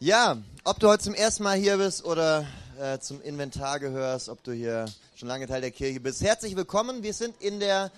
Ja, ob du heute zum ersten Mal hier bist oder äh, zum Inventar gehörst, ob du hier schon lange Teil der Kirche bist. Herzlich willkommen. Wir sind in der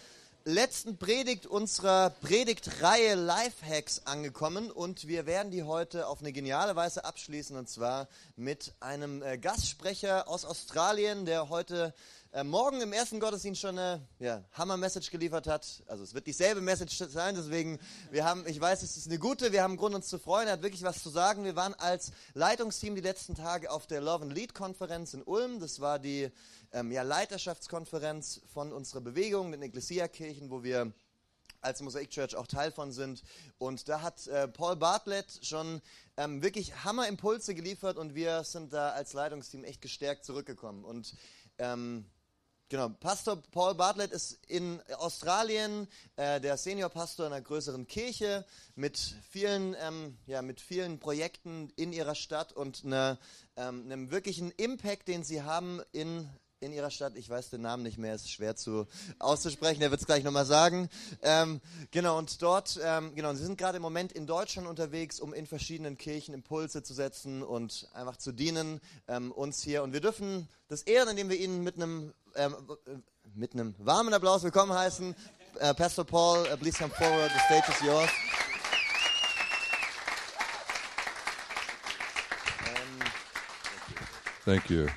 letzten Predigt unserer Predigtreihe Lifehacks angekommen und wir werden die heute auf eine geniale Weise abschließen und zwar mit einem äh, Gastsprecher aus Australien, der heute äh, morgen im ersten Gottesdienst schon eine ja, Hammer-Message geliefert hat. Also es wird dieselbe Message sein, deswegen wir haben, ich weiß, es ist eine gute, wir haben Grund uns zu freuen, er hat wirklich was zu sagen. Wir waren als Leitungsteam die letzten Tage auf der Love and Lead Konferenz in Ulm. Das war die ähm, ja, Leiterschaftskonferenz von unserer Bewegung, den Ecclesia-Kirchen, wo wir als Mosaic Church auch Teil von sind. Und da hat äh, Paul Bartlett schon ähm, wirklich Hammerimpulse geliefert und wir sind da als Leitungsteam echt gestärkt zurückgekommen. Und ähm, Genau, Pastor Paul Bartlett ist in Australien äh, der Seniorpastor einer größeren Kirche mit vielen, ähm, ja, mit vielen Projekten in ihrer Stadt und einer, ähm, einem wirklichen Impact, den sie haben in, in ihrer Stadt. Ich weiß den Namen nicht mehr, ist schwer zu, auszusprechen, er wird es gleich nochmal sagen. Ähm, genau, und dort, genau, sie sind gerade im Moment in Deutschland unterwegs, um in verschiedenen Kirchen Impulse zu setzen und einfach zu dienen ähm, uns hier. Und wir dürfen das ehren, indem wir ihnen mit einem ähm, mit einem warmen Applaus willkommen heißen. Äh, Pastor Paul, uh, please come forward, the stage is yours. Um, Thank you.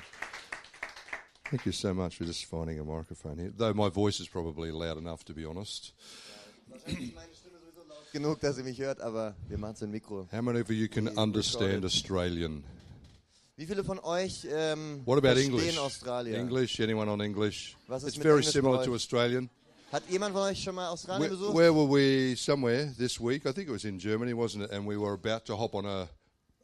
Thank you so much for just finding a microphone here. Though my voice is probably loud enough, to be honest. wahrscheinlich ist meine Stimme sowieso laut genug, dass ihr mich hört, aber wir machen so ein Mikro. How many of you can understand Australian? Wie viele von euch ähm, What about verstehen English? Australier? English? Anyone on English? Was ist It's mit very Englisch similar bei to euch? Australian. Hat jemand von euch schon mal Australien Where, besucht? where were we? Somewhere this week, I think it was in Germany, wasn't it? And we were about to hop on a,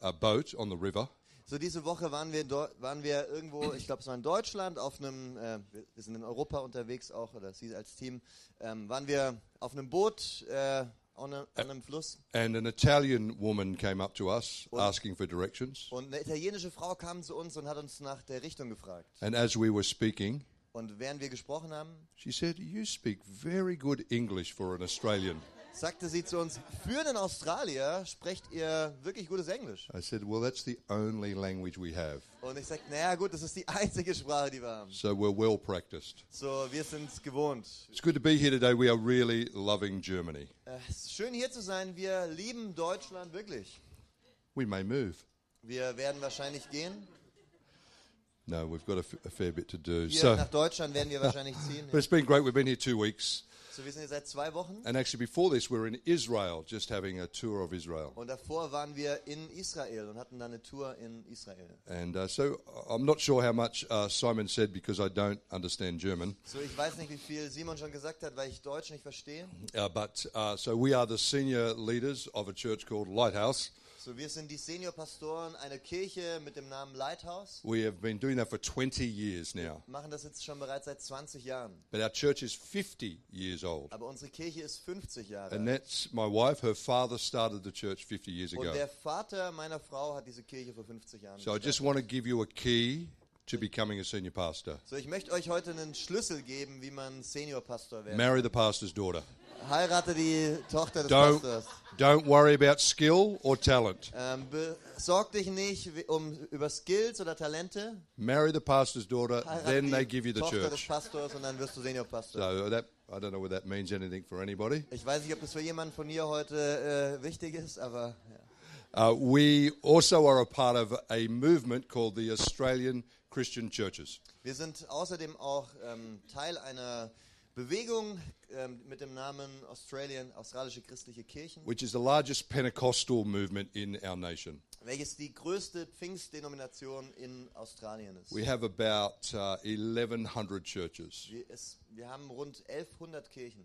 a boat on the river. So diese Woche waren wir, deu- waren wir irgendwo, ich glaube es war in Deutschland, auf einem, äh, wir wir sind in Europa unterwegs auch, oder Sie als Team, ähm, waren wir auf einem Boot äh, an, einem- an einem Fluss And an Italian woman came up to us Und- asking for directions. und eine italienische Frau kam zu uns und hat uns nach der Richtung gefragt. And as we were speaking, Und während wir gesprochen haben, she said, You speak very good English for an Australian. sagte sie zu uns, für einen Australier sprecht ihr wirklich gutes Englisch. I said, Well, that's the only language we have. Und ich sagte, naja gut, das ist die einzige Sprache, die wir haben. So we're well practiced. So, wir sind gewohnt. It's good to be here today. We are really loving Germany. Äh, es ist schön hier zu sein, wir lieben Deutschland wirklich. We may move. Wir werden wahrscheinlich gehen. No, we've got a, f- a fair bit to do. Hier So, nach Deutschland werden wir wahrscheinlich ziehen. but it's been great. We've been here two weeks. So, wir sind hier seit zwei Wochen And actually, before this, we were in Israel, just having a tour of Israel. und davor waren wir in Israel und hatten dann eine Tour in Israel. And uh, so I'm not sure how much uh, Simon said because I don't understand German. So, ich weiß nicht, wie viel Simon schon gesagt hat, weil ich Deutsch nicht verstehe. Uh, but uh, so we are the senior leaders of a church called Lighthouse. So, wir sind die Seniorpastoren einer Kirche mit dem Namen Lighthouse, We have been doing that for 20 years now. machen das jetzt schon bereits seit 20 Jahren. But our church is 50 years old. Aber unsere Kirche ist 50 Jahre And alt. that's my wife. Her father started the church 50 years Und ago. der Vater meiner Frau hat diese Kirche vor 50 Jahren So I gestartet. just want to give you a key to becoming a senior pastor. So, ich möchte euch heute einen Schlüssel geben, wie man Seniorpastor wird. Marry the pastor's daughter. Heirate die Tochter des Don't, Pastors. don't worry about skill or talent. Ähm, besorg dich nicht wi- um, über Skills oder Talente. Marry the pastor's daughter, Heirate then die they give you the Tochter des church. Pastors und dann wirst du Seniorpastor. So uh, that I don't know whether that means anything for anybody. Ich weiß nicht, ob das für jemanden von hier heute äh, wichtig ist, aber ja. Uh, we also are a part of a movement called the Australian Christian Churches. wir sind außerdem auch ähm, Teil einer Bewegung ähm, mit dem Namen Australian, Australische Christliche Kirchen, which is the largest Pentecostal movement in our nation. welches die größte Pfingstdenomination in Australien ist. We have about uh, 1,100 churches. Wir, es, wir haben rund 1100 Kirchen.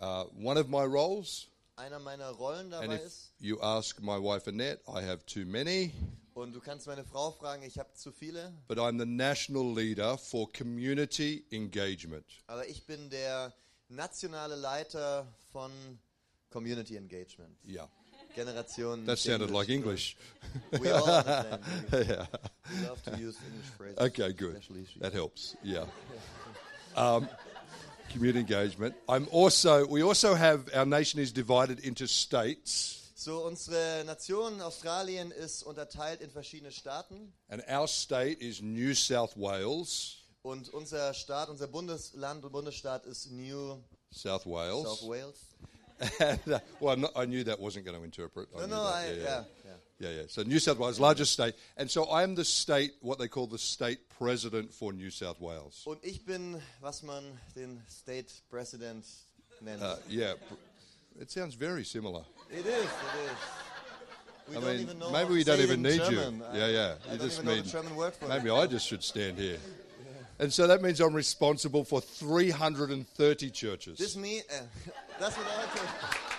Uh, one of my roles, Einer meiner Rollen and dabei if ist, you ask my wife Annette, I have too many, und du kannst meine Frau fragen, ich habe zu viele, but I'm the national leader for community engagement. Aber ich bin der nationale Leiter von Community Engagement. Yeah, Generation. that sounded like English. We all understand. English. yeah. We love to use English phrases. Okay, good. especially issues. That helps. Yeah. Um, community engagement. I'm also. We also have our nation is divided into states. So, unsere Nation Australien ist unterteilt in verschiedene Staaten. And our state is New South Wales. Und unser Staat, unser Bundesland und Bundesstaat ist New South Wales. South Wales. And, uh, well, I'm not, I knew that wasn't going to interpret. I No, knew no, that. I, yeah, yeah, yeah. yeah. Yeah, yeah. So New South Wales, largest state, and so I'm the state, what they call the state president for New South Wales. Und ich bin, was man den State President nennt. Uh, yeah, pr- it sounds very similar. It is, it is. We I don't mean, even know maybe how we to say don't it even in need German. you. I- Yeah, yeah. I you don't just even know mean the German word for maybe it. I just should stand here. And so that means I'm responsible for 330 churches. This me, äh, das bedeutet,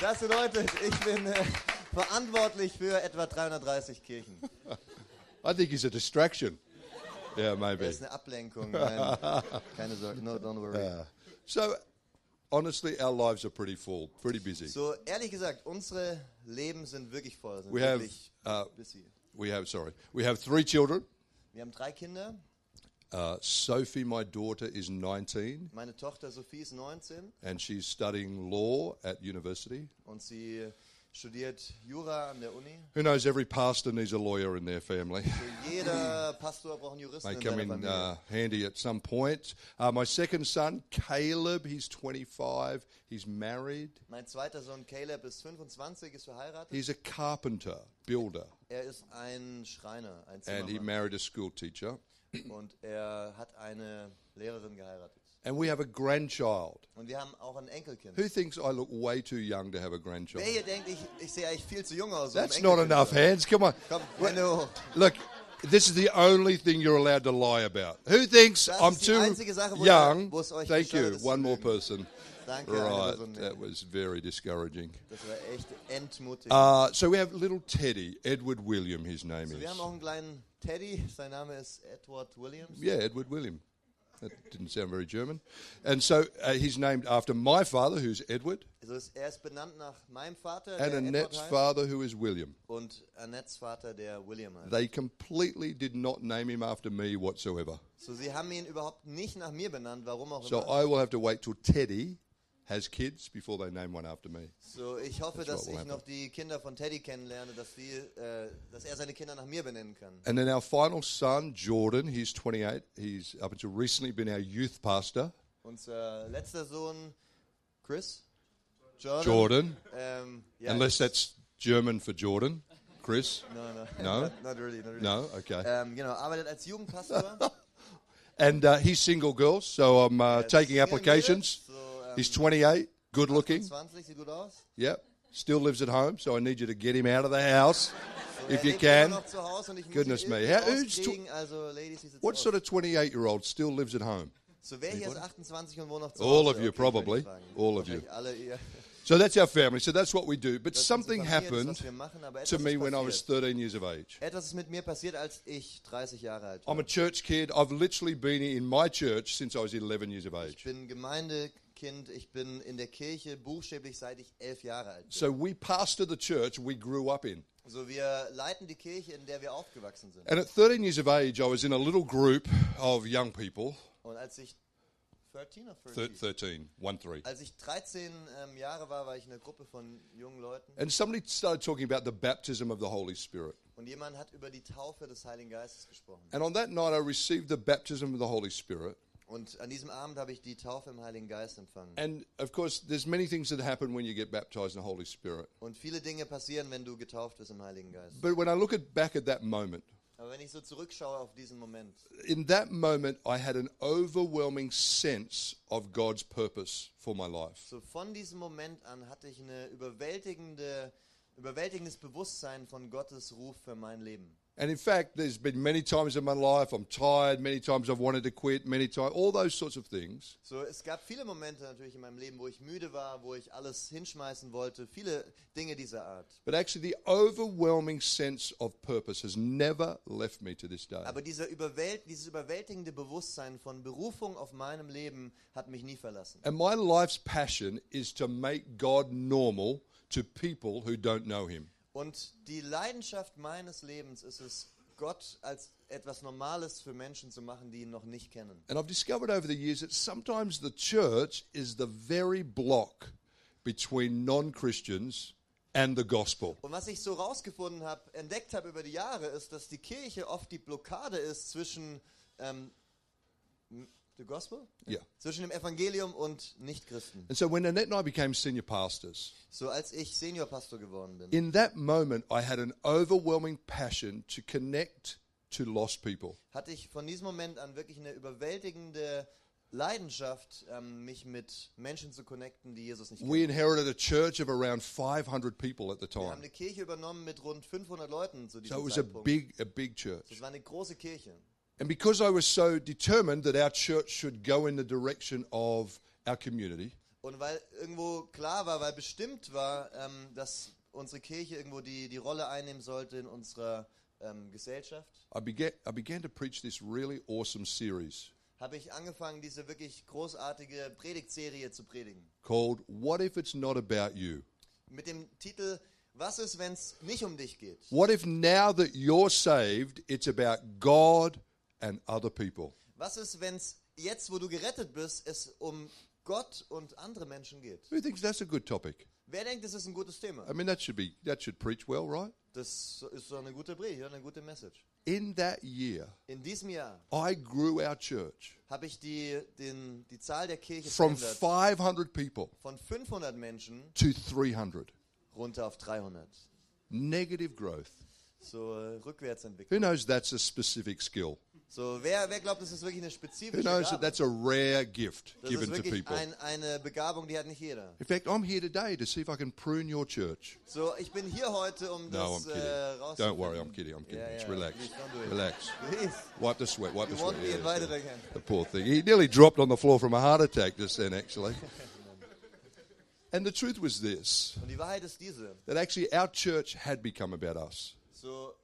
das bedeutet, ich bin äh, verantwortlich für etwa 330 Kirchen. I think he's a distraction. Yeah, maybe. Das ist eine Ablenkung. Nein, keine Sorge, no, don't worry. Uh, so, honestly, our lives are pretty full, pretty busy. So, ehrlich gesagt, unsere Leben sind wirklich voll, sind We have, wirklich uh, busy. We have, sorry, we have three children. Wir haben drei Kinder. Uh, Sophie, my daughter, is 19 Meine Tochter Sophie ist 19 and she's studying law at university. und sie studiert Jura an der Uni. Who knows? Every pastor needs a lawyer in their family. So jeder Pastor braucht einen Juristen They in come seiner in Familie. uh, handy at some point. Uh, my second son, Caleb, he's 25. He's married. Mein zweiter Sohn Caleb ist 25, ist verheiratet. He's a carpenter, builder, Er ist ein Schreiner, ein and he Zimmermann. married a school teacher. Und er hat eine Lehrerin geheiratet. And we have a grandchild. Und wir haben auch ein Enkelkind. Who thinks I look way too young to have a grandchild? Wer hier denkt, ich, ich sehe eigentlich viel zu jung aus? um ein That's not Enkelkind enough zu haben? hands. Come on. Komm, Hände hoch. Look, this is the only thing you're allowed to lie about. Who thinks Das I'm ist die too einzige Sache, wo ihr- young? wo es euch Thank gestattet you. ist zu One more lügen. person. Danke, eine Right. Person mehr. That was very discouraging. Das war echt entmutigend. Uh, so we have little Teddy, Edward William, his name so, is. Also, wir haben auch einen kleinen Teddy. Sein Name ist Edward Williams. Yeah, Edward William. That didn't sound very German. And so uh, he's named after my father, who's Edward, Also ist, er ist benannt nach meinem Vater, and der Edward Annette's heißt, father, who is William. und Annettes Vater, der William heißt. They completely did not name him after me whatsoever. So, sie haben ihn überhaupt nicht nach mir benannt, warum auch So immer. I will have to wait till Teddy has kids before they name one after me. So, ich hoffe, That's dass what will ich noch die Kinder von Teddy kennenlerne, dass, die, äh, dass er seine Kinder nach mir benennen kann. And then our final son, Jordan, he's 28. He's up until recently been our youth pastor. Unser letzter Sohn, Chris? Jordan? Jordan, Ähm, ja, unless ich- that's German for Jordan. Chris? No, no. No? not, not really, not really. No? Okay. Ähm, genau, arbeitet als Jugendpastor. And uh, he's single, girls, so I'm uh, Als taking Single applications. Mädels, So, ähm, He's 28, good looking. 20, sieht gut aus. Yep. Still lives at home, so I need you to get him out of the house So, er if you lebt immer can. Noch zu Hause und ich muss Goodness ihn me. irgendwie How- who's tw- rauskriegen, also, Ladies, wie sieht's What aus? sort of 28 year old still lives at home? so wer hier ist 28 und wohnt noch zu All Hause? of Okay, würde you, ich probably. fragen. All of you. Wahrscheinlich Alle ihr. So that's our family. So that's what we do. But Das ist something unsere Familie, das, happened was wir machen, aber to etwas me ist when I was passiert. 13 years of age. Etwas ist mit mir passiert, als ich 30 Jahre alt war. I'm a church kid. I've literally been in my church since I was 11 years of Ich age. bin Gemeindekind, ich bin in der Kirche buchstäblich seit ich elf Jahre alt bin. So we pastor the church we grew up in. So wir leiten die Kirche, in der wir aufgewachsen sind. And at 13 years of age, I was in a little group of young people. Und als ich 13 oder Thir- 13? 13, 1 3. Als ich 13 ähm, Jahre war, war ich in einer Gruppe von jungen Leuten And somebody started talking about the baptism of the Holy Spirit. und jemand hat über die Taufe des Heiligen Geistes gesprochen. And on that night, I received the baptism of the Holy Spirit. Und an diesem Abend habe ich die Taufe im Heiligen Geist empfangen. And of course, there's many things that happen when you get baptized in the Holy Spirit. Und viele Dinge passieren, wenn du getauft bist im Heiligen Geist. But when I look at, back at that moment, Aber wenn ich so zurückschaue auf diesen Moment, in that moment, I had an overwhelming sense of God's purpose for my life. so von diesem Moment an hatte ich eine überwältigende, überwältigendes Bewusstsein von Gottes Ruf für mein Leben. And in fact, there's been many times in my life I'm tired, many times I've wanted to quit, many times, all those sorts of things. So, es gab viele Momente natürlich in meinem Leben, wo ich müde war, wo ich alles hinschmeißen wollte, viele Dinge dieser Art. But actually, the overwhelming sense of purpose has never left me to this day. Aber dieser überwält, dieses überwältigende Bewusstsein von Berufung auf meinem Leben hat mich nie verlassen. And my life's passion is to make God normal to people who don't know Him. Und die Leidenschaft meines Lebens ist es, Gott als etwas Normales für Menschen zu machen, die ihn noch nicht kennen. And I've discovered over the years that sometimes the church is the very block between non Christians and the gospel. Und was ich so rausgefunden habe, entdeckt habe über die Jahre, ist, dass die Kirche oft die Blockade ist zwischen ähm, m- the Gospel, Yeah. zwischen dem Evangelium und Nichtchristen. And so when Annette and I became senior pastors, So als ich Seniorpastor geworden bin, in that moment I had an overwhelming passion to connect to lost people. hatte ich von diesem Moment an wirklich eine überwältigende Leidenschaft, ähm, mich mit Menschen zu connecten, die Jesus nicht We kennen. inherited a church of around 500 people at the Wir haben time. eine Kirche übernommen mit rund 500 Leuten zu So it diesem was a Zeitpunkt. big a big Das church. war eine große Kirche. And because I was so determined that our church should go in the direction of our community, Und weil irgendwo klar war, weil bestimmt war, ähm, dass unsere Kirche irgendwo die, die Rolle einnehmen sollte in unserer ähm, Gesellschaft, I began I began to preach this really awesome series habe ich angefangen, diese wirklich großartige Predigtserie zu predigen. called What If It's Not About You? Mit dem Titel Was ist, wenn es nicht um dich geht? What if now that you're saved, it's about God and other people? Was ist, wenn es jetzt, wo du gerettet bist, es um Gott und andere Menschen geht? Who thinks that's a good topic? Wer denkt, das ist ein gutes I Thema? mean, that should be that should preach well, right? Das ist doch eine gute Predigt, oder? eine gute Message. In that year, In diesem Jahr I grew our church habe ich die, den, die Zahl der Kirche from verändert. 500 people von 500 Menschen to 300. runter auf 300. Negative growth. So äh, Rückwärtsentwicklung. Who knows that's a specific skill? So, wer, wer glaubt, das ist wirklich eine Who spezifische knows Gabe? that Genau, that's a rare gift Das ist given to wirklich people? ein, eine Begabung, die hat nicht jeder. In fact, I'm here today to see if I can prune your church. So, ich bin hier heute, um No, I'm das kidding. äh, Don't worry, rauszufinden. I'm kidding. I'm kidding. Yeah, Just yeah, relax. please don't do it. Relax. Please, Wipe the sweat. Wipe the you sweat. won't be Yeah, invited yeah. again. The poor thing. He nearly dropped on the floor from a heart attack just then, actually. and the truth was this Und die Wahrheit ist diese. that actually our church had become about us. So,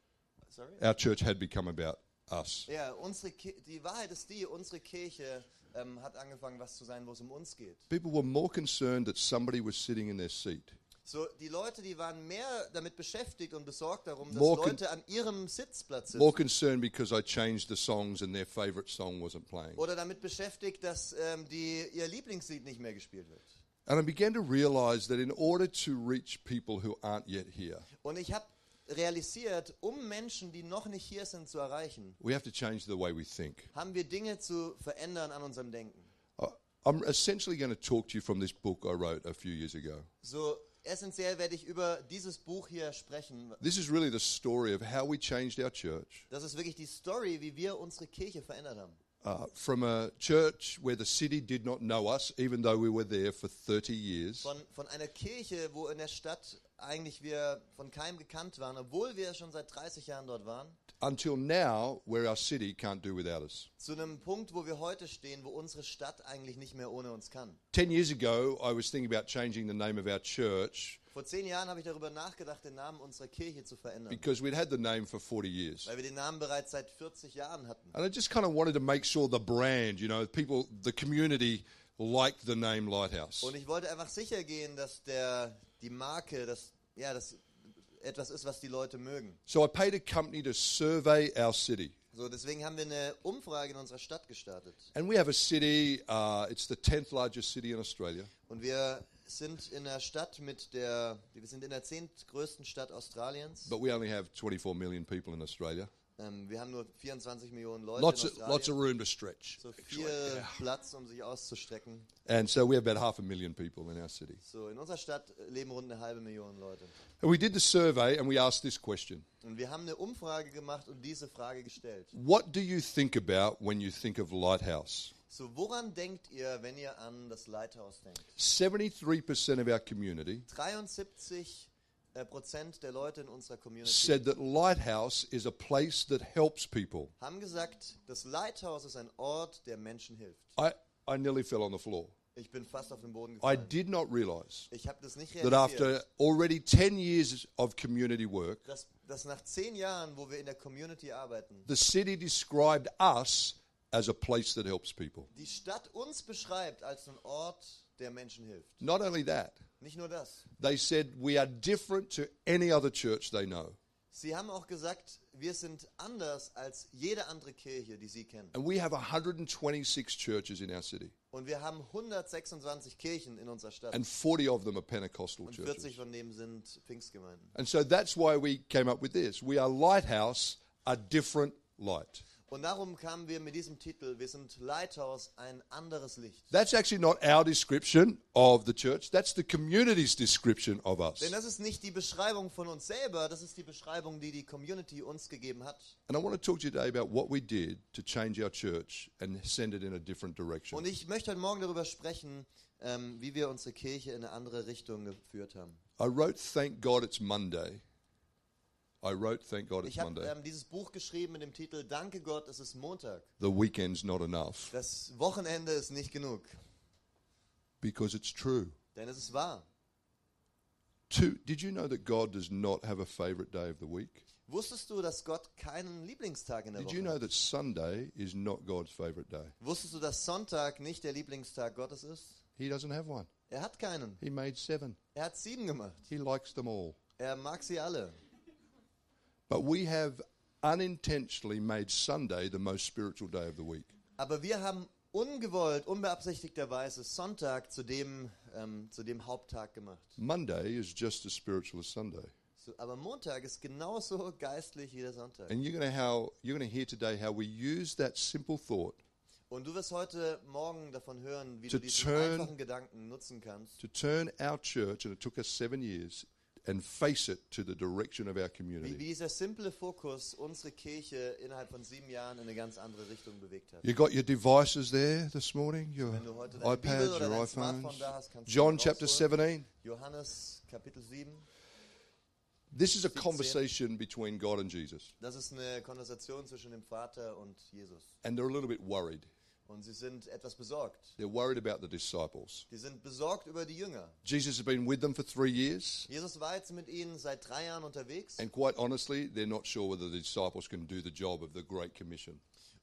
sorry? Our church had become about us. Ja, unsere Ki die Wahrheit ist die, unsere Kirche ähm, hat angefangen, was zu sein, wo es um uns geht. People were more concerned that somebody was sitting in their seat, So, die Leute, die waren mehr damit beschäftigt und besorgt darum, dass More con- Leute an ihrem Sitzplatz sitzen. more concerned because I changed the songs and their favorite song wasn't playing. oder damit beschäftigt, dass ähm, die, ihr Lieblingslied nicht mehr gespielt wird. And I began to realize that in order to reach people who aren't yet here, Und ich habe realisiert, um Menschen, die noch nicht hier sind, zu erreichen, we have to change the way we think. haben wir Dinge zu verändern an unserem Denken. I- I'm essentially going to talk to you from this book I wrote a few years ago. So essentiell werde ich über dieses Buch hier sprechen. This is really the story of how we changed our church Das ist wirklich die Story, wie wir unsere Kirche verändert haben. uh, from a church where the city did not know us, even though we were there for 30 years, Von, von einer Kirche, wo in der Stadt eigentlich wir von keinem gekannt waren, obwohl wir schon seit 30 Jahren dort waren, until now, where our city can't do without us. zu einem Punkt, wo wir heute stehen, wo unsere Stadt eigentlich nicht mehr ohne uns kann. 10 years ago, I was thinking about changing the name of our church Vor zehn Jahren habe ich darüber nachgedacht, den Namen unserer Kirche zu verändern, because we'd had the name for 40 years. weil wir den Namen bereits seit 40 Jahren hatten. And I just kind of wanted to make sure the brand, you know, people, the community liked the name Lighthouse. Und ich wollte einfach sicher gehen, dass der, die Marke, dass, ja, das etwas ist, was die Leute mögen. So I paid a company to survey our city. So, deswegen haben wir eine Umfrage in unserer Stadt gestartet. And we have a city, uh, it's the 10th largest city in Australia. Und wir sind in der Stadt mit der, wir sind in der zehntgrößten Stadt Australiens. But we only have 24 million people in Australia. Ähm, wir haben nur 24 Millionen Leute Lots in of, Australien. lots of room to stretch. so actually. viel Platz, um sich auszustrecken. And so we have about half a million people in our city. So, in unserer Stadt leben rund eine halbe Million Leute. And we did the survey and we asked this question Und wir haben eine Umfrage gemacht und diese Frage gestellt. What do you think about when you think of Lighthouse? So, woran denkt ihr, wenn ihr an das Leithaus denkt? 73% of our community 73 äh, Prozent der Leute in unserer Community said that Lighthouse is a place that helps people. haben gesagt, das Leithaus ist ein Ort, der Menschen hilft. I, I nearly fell on the floor. Ich bin fast auf den Boden I gefallen. did not realize Ich habe das nicht that after realisiert, already 10 years of community work, dass, dass nach zehn Jahren, wo wir in der Community arbeiten, the city described us as a place that helps people. die Stadt uns beschreibt als einen Ort, der Menschen hilft. Not only that, Nicht nur das. they said we are different to any other church they know. Sie haben auch gesagt, wir sind anders als jede andere Kirche, die Sie kennen. And we have 126 churches in our city. Und wir haben 126 Kirchen in unserer Stadt. and 40 of them are Pentecostal Und churches. 40 von denen sind Pfingstgemeinden. And so that's why we came up with this. We are Lighthouse, a different light. Und darum kamen wir mit diesem Titel, wir sind Lighthouse, ein anderes Licht. That's actually not our description of the church, that's the community's description of us. Denn das ist nicht die Beschreibung von uns selber, das ist die Beschreibung, die die Community uns gegeben hat. And I want to talk to you today about what we did to change our church and send it in a different Und direction. ich möchte heute Morgen darüber sprechen, ähm, wie wir unsere Kirche in eine andere Richtung geführt haben. I wrote Thank God It's Monday. I wrote Thank God It's Ich habe Monday. ähm, dieses Buch geschrieben mit dem Titel Danke Gott, es ist Montag. The weekend's not enough Das Wochenende ist nicht genug, because it's true. denn es ist wahr. Two, did you know that God does not have a favorite day of the week? Wusstest du, dass Gott keinen Lieblingstag in der Did Woche you know hat? that Sunday is not God's favorite day? Wusstest du, dass Sonntag nicht der Lieblingstag Gottes ist? He doesn't have one. Er hat keinen. He made seven. Er hat sieben gemacht. He likes them all. Er mag sie alle. But we have unintentionally made Sunday the most spiritual day of the week. Aber wir haben ungewollt, unbeabsichtigterweise Sonntag zu dem, ähm, zu dem Haupttag gemacht. Monday is just as spiritual as Sunday. So, aber Montag ist genauso geistlich wie der Sonntag. And you're going to how you're going to hear today how we use that simple thought Und du wirst heute Morgen davon hören, wie To du diesen turn- einfachen Gedanken nutzen kannst, to turn our church and it took us 7 years and face it to the direction of our wie, wie community. dieser simple Fokus unsere Kirche innerhalb von sieben Jahren in eine ganz andere Richtung bewegt hat. You got your devices there this morning, your Wenn du heute deine Bibel iPads, oder your dein Smartphone da hast, iPhones. kannst du John die chapter rausholen. 17. Johannes Kapitel 7, This is a conversation between God and Jesus. das ist eine Konversation zwischen dem Vater und Jesus. And they're a little bit worried. Und sie sind etwas besorgt. They're worried about the disciples. Die sind besorgt über die Jünger. Jesus has been with them for three years, Jesus war jetzt mit ihnen seit drei Jahren unterwegs and quite honestly, they're not sure whether the disciples can do the job of the Great Commission.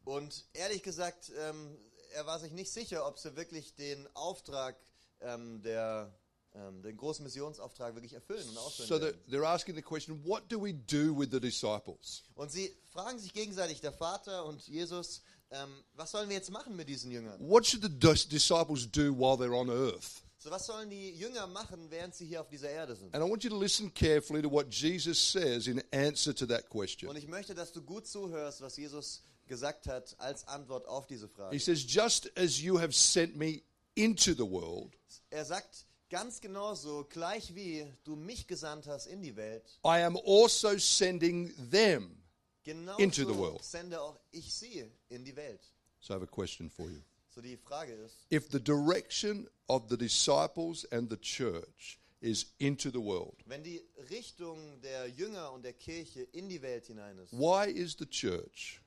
und ehrlich gesagt, ähm, er war sich nicht sicher, ob sie wirklich den Auftrag, ähm, der, ähm, den großen Missionsauftrag wirklich erfüllen und ausführen So they're, werden. they're asking the question, what do we do with the disciples? Und sie fragen sich gegenseitig, der Vater und Jesus, ähm, was sollen wir jetzt machen mit diesen Jüngern? What should the dis- disciples do while they're on earth? So was sollen die Jünger machen, während sie hier auf dieser Erde sind? And I want you to listen carefully to what Jesus says in answer to that Und question. ich möchte, dass du gut zuhörst, was Jesus gesagt hat als Antwort auf diese Frage. He says, Just as you have sent me into the world, Er sagt ganz genauso, gleich wie du mich gesandt hast in die Welt, I am also sending them. Into the genauso world. sende auch ich sie in die Welt. So I have a question for you. So die Frage ist, If the direction of the disciples and the church is into the world, wenn die Richtung der Jünger und der Kirche in die Welt hinein ist, why is the church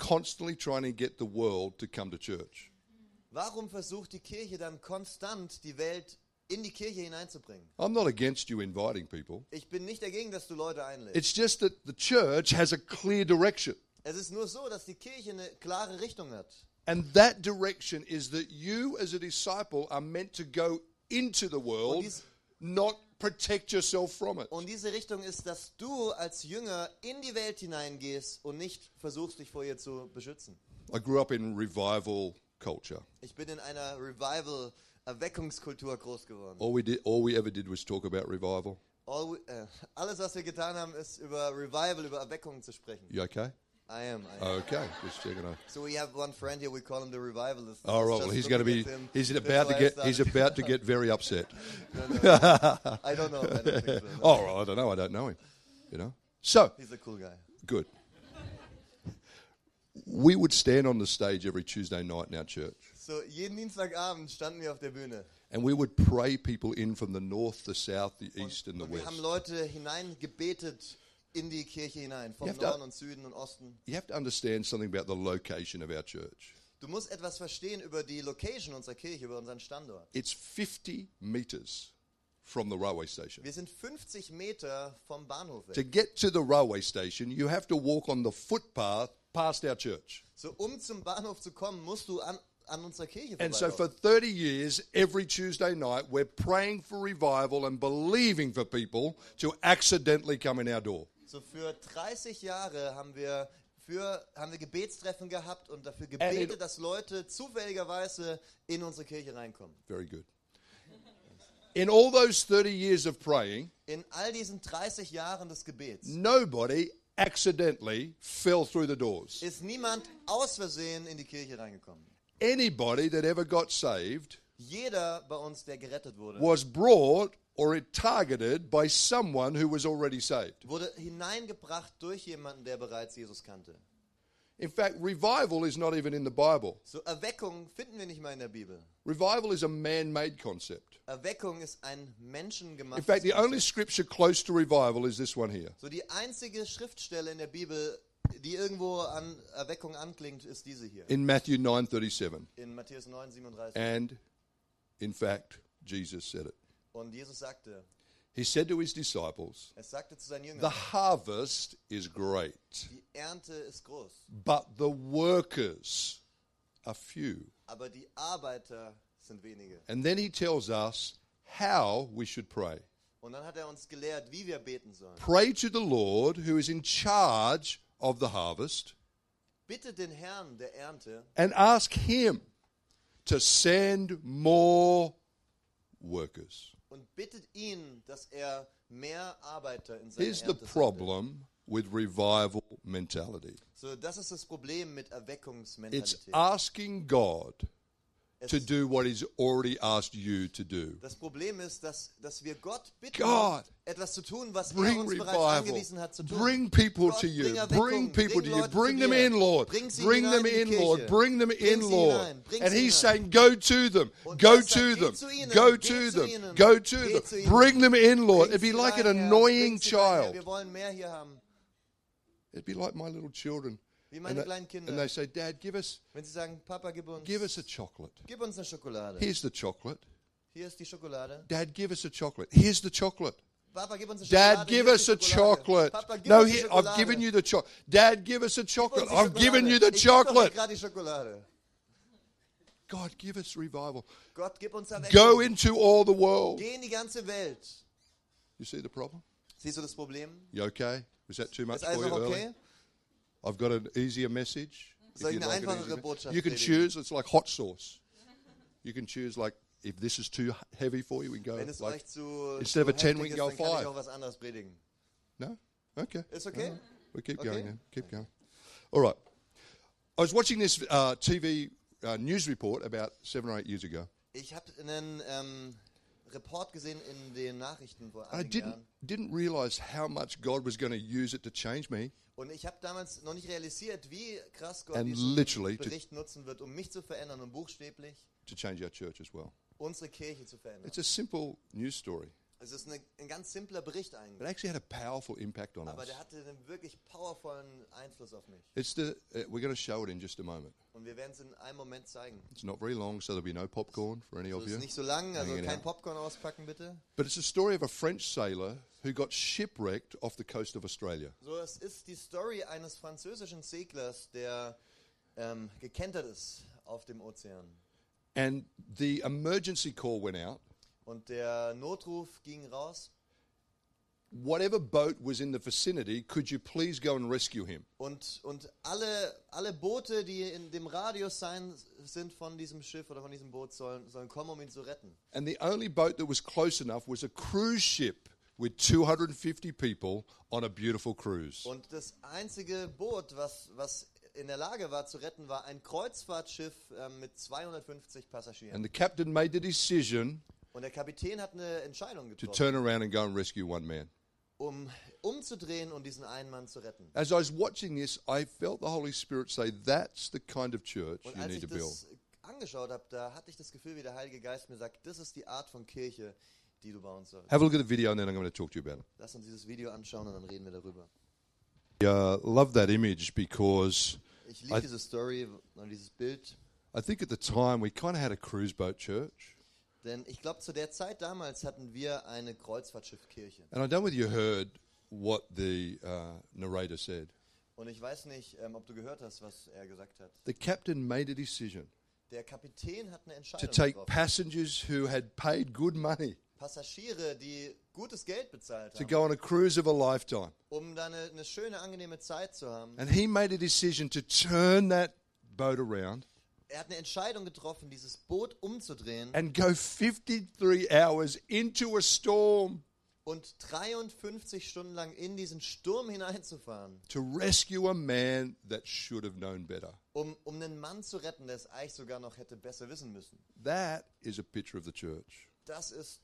constantly trying to get the world to come to church? warum versucht die Kirche dann konstant die Welt in die Kirche hineinzubringen? I'm not against you inviting people. Ich bin nicht dagegen, dass du Leute einlädst. It's just that the church has a clear direction. Es ist nur so, dass die Kirche eine klare Richtung hat. And that direction is that you, as a disciple, are meant to go into the Und world, dies- not protect yourself from it. Und diese Richtung ist, dass du als Jünger in die Welt hineingehst und nicht versuchst, dich vor ihr zu beschützen. I grew up in revival culture. Ich bin in einer Revival-Erweckungskultur groß geworden. All we did, all we ever did was talk about revival. All we, äh, alles, was wir getan haben, ist über Revival, über Erweckung zu sprechen. You okay? I am. I am. Okay, just checking out. So we have one friend here. We call him the revivalist. All I was right, well, just Oh, he's going to looking be, at him he's before about to I get, started. he's about to get very upset. I don't know. I don't think so. Oh, well, I don't know, I don't know him, you know. So, He's a cool guy. good. We would stand on the stage every Tuesday night in our church, So jeden Dienstagabend standen wir auf der Bühne and we would pray people in from the north, the south, the east, and the und wir west. haben Leute hineingebetet in die Kirche hinein, vom You have to- Norden und Süden und Osten. You have to understand something about the location of our church. Du musst etwas verstehen über die Location unserer Kirche, über unseren Standort. It's 50 meters from the railway station. Wir sind 50 Meter vom Bahnhof weg. To get to the railway station, you have to walk on the footpath past our church. So, um zum Bahnhof zu kommen, musst du an, an unserer Kirche And so for vorbeilaufen. 30 years, every Tuesday night, we're praying for revival and believing for people to accidentally come in our door. So für 30 Jahre haben wir für haben wir Gebetstreffen gehabt und dafür it- gebetet, dass Leute zufälligerweise in unsere Kirche reinkommen. Very good. In all those 30 years of praying, In all diesen 30 Jahren des Gebets nobody accidentally fell through the doors. ist niemand aus Versehen in die Kirche reingekommen. Anybody that ever got saved Jeder bei uns, der gerettet wurde, was brought or it targeted by someone who was already saved. wurde hineingebracht durch jemanden, der bereits Jesus kannte. In fact, revival is not even in the Bible. So Erweckung finden wir nicht mal in der Bibel. Revival is a man-made concept. Erweckung ist ein In menschengemachtes. fact, the Konzept. only scripture close to revival is this one here. So die einzige Schriftstelle in der Bibel, die irgendwo an Erweckung anklingt, ist diese hier. in Äh. Matthew 9:37. In Matthäus 9, 37. And in fact, Jesus said it. Und Jesus sagte, He said to his disciples, es sagte zu seinen "The Jüngern, harvest is great, die Ernte ist groß, but the workers are few." aber die Arbeiter sind wenige. And then he tells us how we should pray. Und dann hat er uns gelehrt, wie wir beten sollen. Pray to the Lord who is in charge of the harvest Bittet den Herrn der Ernte and ask him to send more workers. und bittet ihn, dass er mehr Arbeiter in seine Here's the Ernte sendet. problem with revival mentality. So, das ist das Problem mit It's Erweckungsmentalität. asking God Es, to do what He's already asked you to do. das Problem ist, dass, dass wir Gott bitten, God, etwas zu tun, was er Bring uns bereits angewiesen revival. hat zu tun. Bring people Gott, to you. bring Erweckung, Bring people to you. Leute Bring zu them dir. in, Lord. Bring sie Bring hinein them die in, Kirche. Lord. Bring them in, sie Lord. hinein, bring And sie He's hinein. saying, Go to them. Und Go er sagt, to geh them. zu ihnen, Go geh to zu them. ihnen, Go to geh them. zu ihnen. Bring them in, Lord. Bring It'd sie be like an rein, Herr. annoying Bring sie rein, Herr. child. Wir wollen mehr hier haben. It'd be like my little children. Wie meine And they, kleinen Kinder. and they say, Dad, give us, Wenn sie sagen, Papa, gib uns, give us a chocolate. gib uns eine Schokolade. Here's the chocolate. Hier ist die Schokolade. Dad, give us a chocolate. Here's the chocolate. Papa, gib uns eine Schokolade. Dad, Hier give ist us a die Schokolade. chocolate. Papa, gib No, uns die here, I've Schokolade. given you the chocolate. Dad, give us a Gib chocolate. uns die I've given Schokolade. you the Ich geb doch chocolate. gerade die Schokolade. God, give us revival. Gott, gib uns Go Erweckung. into all the world. Geh in die ganze Welt. You see the problem? Siehst du das Problem? You okay? Was that too much Ist for alles you noch early? okay? I've got an easier message. if Soll ich you'd eine like an einfachere easier- Botschaft you can predigen? choose. It's like hot sauce. You can choose like if this is too heavy for you, we can go Wenn es like euch zu, instead zu of a 10, we heftig can ist, go dann kann ich 5. auch was anderes predigen. no. Okay. Ist okay? We keep Okay. going now. Keep going. All right. I was watching this uh, TV uh, news report about seven or eight years ago. Ich habe einen ähm, Report gesehen in den Nachrichten vor I einigen didn't Jahren. didn't realize how much God was going to use it to change me. Und ich habe damals noch nicht realisiert, wie krass Gott And diesen literally to- Bericht nutzen wird, um mich zu verändern und buchstäblich To change our church as well. unsere Kirche zu verändern. Also It's a simple news story, Es ist eine, ein ganz simpler Bericht but eigentlich, it actually had a powerful impact on aber us. der hatte einen wirklich powervollen Einfluss auf mich. It's the uh, we're going to show it in just a moment. Und wir werden es in einem Moment zeigen. It's not very long, so there'll be no popcorn for any So of ist you. nicht so lang, also Hanging kein out. Popcorn auspacken bitte. But it's a story of a French sailor who got shipwrecked off the coast of Australia. So, es ist die Story eines französischen Seglers, der ähm, gekentert ist auf dem Ozean. And the emergency call went out. Und der Notruf ging raus whatever boat was in the vicinity, could you please go and rescue him? und, und alle, alle Boote, die in dem Radius sein sind von diesem Schiff oder von diesem Boot, sollen, sollen kommen, um ihn zu retten. And the only boat that was close enough was a cruise ship with 250 people on a beautiful cruise. Und das einzige Boot, was, was in der Lage war zu retten, war ein Kreuzfahrtschiff ähm, mit 250 Passagieren. And the captain made the decision Und der Kapitän hat eine Entscheidung to getroffen, turn around and go and rescue one man. um umzudrehen und diesen einen Mann zu retten. As I was watching this, I felt the Holy Spirit say, That's the kind of church Und you als need ich to build. das angeschaut habe, da hatte ich das Gefühl, wie der Heilige Geist mir sagt, das ist die Art von Kirche, die du bauen sollst. Have a look at the video, and then I'm going to talk to you about it. Lass uns dieses Video anschauen und dann reden wir darüber. I uh, love that image because Ich liebe I- diese Story und dieses Bild, I think at the time we kind of had a cruise boat church. denn ich glaube, zu der Zeit damals hatten wir eine Kreuzfahrtschiffkirche. And I don't know whether you heard what the uh, narrator said. Und ich weiß nicht, ähm, ob du gehört hast, was er gesagt hat. The captain made a decision Der Kapitän hat eine to Entscheidung take getroffen, passengers who had paid good money Passagiere, die gutes Geld bezahlt to haben, go on a cruise of a lifetime. um da eine, eine schöne, angenehme Zeit zu haben. And he made a decision to turn that boat around Er hat eine Entscheidung getroffen, dieses Boot umzudrehen and go 53 hours into a storm und 53 Stunden lang in diesen Sturm hineinzufahren, to rescue a man that should have known better. um, um einen Mann zu retten, der es eigentlich sogar noch hätte besser wissen müssen. That is a picture of the church, Das ist,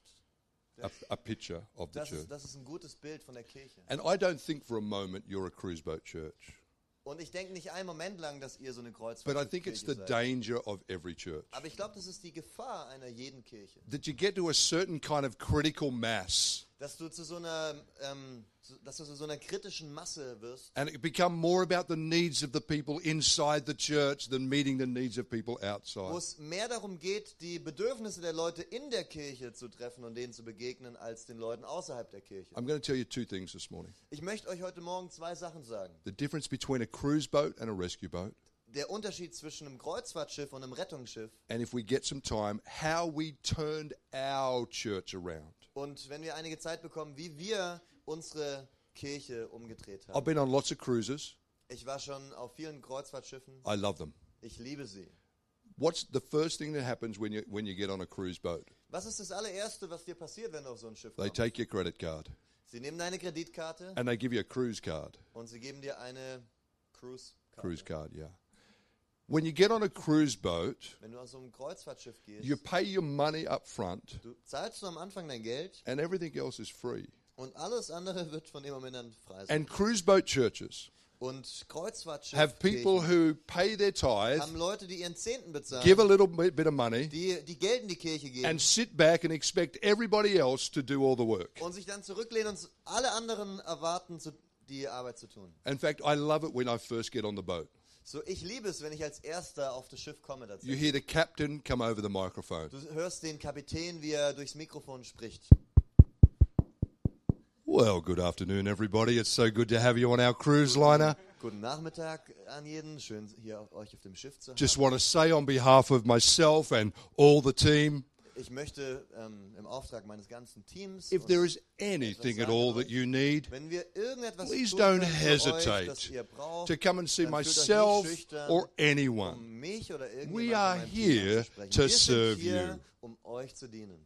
a, a picture of the das, church. ist, das ist ein gutes Bild von der Kirche. And I don't think for a moment you're a cruise boat church, Und ich denke nicht einen Moment lang, dass ihr so eine but I think Kreuzfahrtkirche it's the seid. danger of every church. Aber ich glaube, das ist die Gefahr einer jeden Kirche. That you get to a certain kind of critical mass Dass du zu so einer, ähm, zu, dass du zu so einer kritischen Masse wirst and it become more about the needs of the people inside the church than meeting the needs of people wo outside. es mehr darum geht, die Bedürfnisse der Leute in der Kirche zu treffen und denen zu begegnen, als den Leuten außerhalb der Kirche. I'm going to tell you two things this morning. Ich möchte euch heute Morgen zwei Sachen sagen. The difference between a cruise boat and a rescue boat, Der Unterschied zwischen einem Kreuzfahrtschiff und einem Rettungsschiff and if we get some time, how we turned our church around. und wenn wir einige Zeit bekommen, wie wir unsere Kirche umgedreht I've haben. been on lots of cruises. Ich war schon auf vielen Kreuzfahrtschiffen. I love them. Ich liebe sie. What's the first thing that happens when you when you get on a cruise boat? Was ist das allererste, was dir passiert, wenn du auf so ein Schiff They kommst? take your credit card Sie nehmen deine Kreditkarte and they give you a cruise card. und sie geben dir eine Cruise-Karte. Cruise card, yeah. When you get on a cruise boat, Wenn du auf so ein Kreuzfahrtschiff gehst, you pay your money up front du zahlst du am Anfang dein Geld and everything else is free. und alles andere wird von dem Moment an frei sein. And cruise boat churches Und have people Kreuzfahrtschiff who pay their tithe, haben Leute, die ihren Zehnten bezahlen, give a little bit bit of money, die, die Geld in die Kirche geben and sit back and expect everybody else to do all the work. und sich dann zurücklehnen und alle anderen erwarten, zu, die Arbeit zu tun. In fact, I love it when I first get on the boat. So, ich liebe es, wenn ich als Erster auf das Schiff komme You tatsächlich. hear the captain come over the microphone. Du hörst den Kapitän, wie er durchs Mikrofon spricht. Well, good afternoon, everybody. It's so good to have you on our cruise liner. Guten Nachmittag an jeden. Schön, hier auf- euch auf dem Schiff zu haben. Just want to say on behalf of myself and all the team, Ich möchte ähm, im Auftrag meines ganzen Teams, if und there is anything at all that you need, wenn wir irgendetwas please tun don't können für euch, das hesitate ihr braucht, to come and see dann fühlt euch nicht myself schüchtern, or anyone. um mich oder We are irgendjemand here to Wir sind serve hier, you. um euch zu dienen.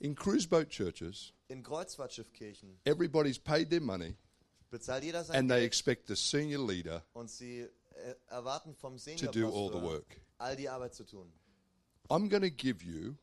In cruise boat churches, In Kreuzfahrtschiffkirchen everybody's paid their money bezahlt jeder sein and they Geld expect the senior leader und sie äh, erwarten vom to do all the Senior work. all die Arbeit zu tun. I'm going to give you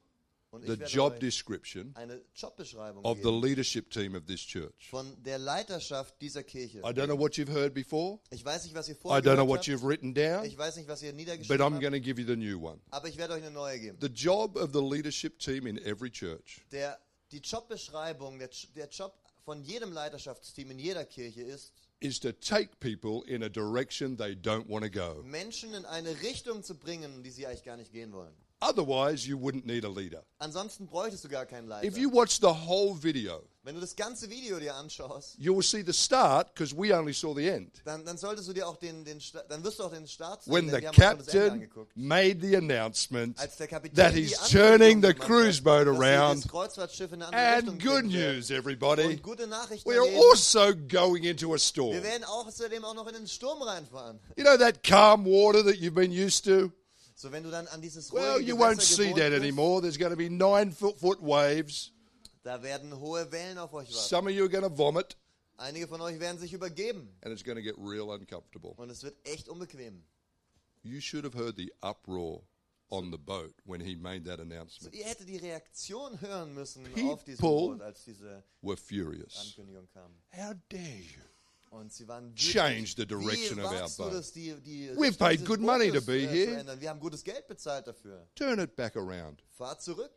Und the ich werde job euch description eine Jobbeschreibung of the geben leadership team of this church. von der Leiterschaft dieser Kirche. I don't know what you've heard before. Ich weiß nicht, was ihr I don't know vorgehört what habt. you've written down, Ich weiß nicht, was ihr but niedergeschrieben I'm habt. going to give you the new one. Aber ich werde euch eine neue geben. The job of the leadership team in every church Der, die Jobbeschreibung, der, J- der Job von jedem Leiterschaftsteam in jeder Kirche ist, is to take people in a direction they don't want to go. Menschen in eine Richtung zu bringen, die sie eigentlich gar nicht gehen wollen. Otherwise, you wouldn't need a leader. Ansonsten bräuchtest du gar keinen Leiter. If you watch the whole video, Wenn du das ganze Video dir anschaust, you will see the start because we only saw the end. dann, dann solltest du dir auch den, den Sta- dann wirst du auch den Start sehen, When denn the wir haben uns nur das Ende captain angeguckt. made the announcement Als der Kapitän that die he's Ankündigung turning the gemacht hat, cruise boat dass sie around, das Kreuzfahrtschiff in eine andere Richtung and good bringen wird. news, everybody, Und gute Nachrichten. we are geben. also going into a storm. Wir werden auch zudem auch noch in den Sturm reinfahren. You know that calm water that you've been used to? So, wenn du dann an dieses ruhige Well, you Gewässer won't see gewohnt that bist, anymore. There's going to be nine foot foot waves. da werden hohe Wellen auf euch warten. Some of you are going to vomit, Einige von euch werden sich übergeben and it's going to get real uncomfortable. und es wird echt unbequem. You should have heard the uproar on the boat when he made that So, announcement. ihr hättet die Reaktion hören müssen auf diesem People- Boot, als diese We're furious. Ankündigung kam. How dare you? Und sie waren wirklich, Change the direction wie of our wagst du boat. das, die, die We've Richtung paid dieses good money to Bootes, be äh, zu here. ändern? Wir haben gutes Geld bezahlt dafür. Turn it back around. Fahr zurück.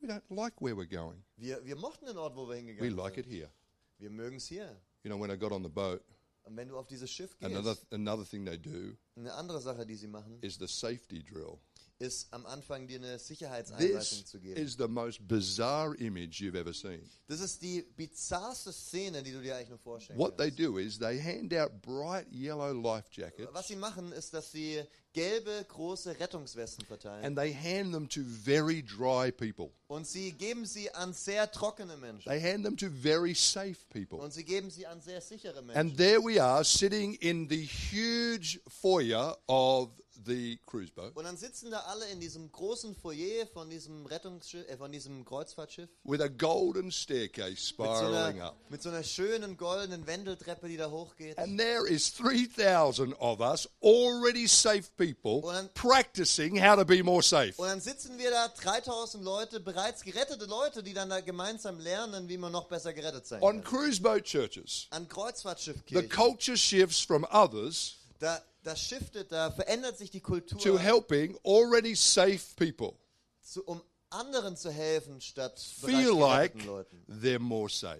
We don't like where we're going. Wir, wir mochten den Ort, wo wir We hingegangen like sind. it here. Wir mögen es hier. You know, when I got on the boat, Und wenn du auf dieses Schiff gehst, another another thing they do eine andere Sache, die sie machen, is the safety drill. ist am Anfang dir eine Sicherheitseinweisung This zu geben. is the most bizarre image you've ever seen. Das ist die bizarrste Szene, die du dir eigentlich nur vorstellen What they kannst. do is they hand out bright yellow life jackets Was sie machen, ist, dass sie gelbe, große Rettungswesten verteilen. and they hand them to very dry people. Und sie geben sie an sehr trockene Menschen. They hand them to very safe people. Und sie geben sie an sehr sichere Menschen. And there we are sitting in the huge foyer of the cruise boat Und dann sitzen da alle in diesem großen Foyer von diesem Rettungsschiff, äh, von diesem Kreuzfahrtschiff. with a golden staircase Mit so, spiraling einer, up. mit so einer schönen goldenen Wendeltreppe, die da hochgeht. And there is 3,000 of us, already safe people, Well, then- practicing how to be more safe. Und dann sitzen wir da, 3000 Leute, bereits gerettete Leute, die dann da gemeinsam lernen, wie man noch besser gerettet sein kann. On cruise boat churches, An the Kreuzfahrtschiffkirchen. culture shifts from others Da, da shiftet, da verändert sich die Kultur, to helping already safe people zu, um anderen zu helfen, statt bereits feel like geretteten Leuten. they're more safe.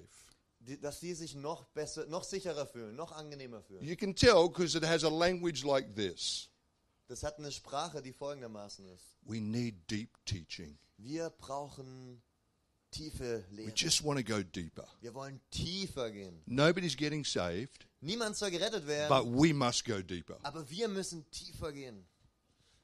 Die, dass die sich noch besser, noch sicherer fühlen, noch angenehmer fühlen. You can tell because it has a language like this. Das hat eine Sprache, die folgendermaßen ist. We need deep teaching. Wir brauchen tiefe We Lehre. just want to go deeper. Wir wollen tiefer gehen. Nobody's getting saved, Niemand soll gerettet werden, but we must go deeper. aber wir müssen tiefer gehen.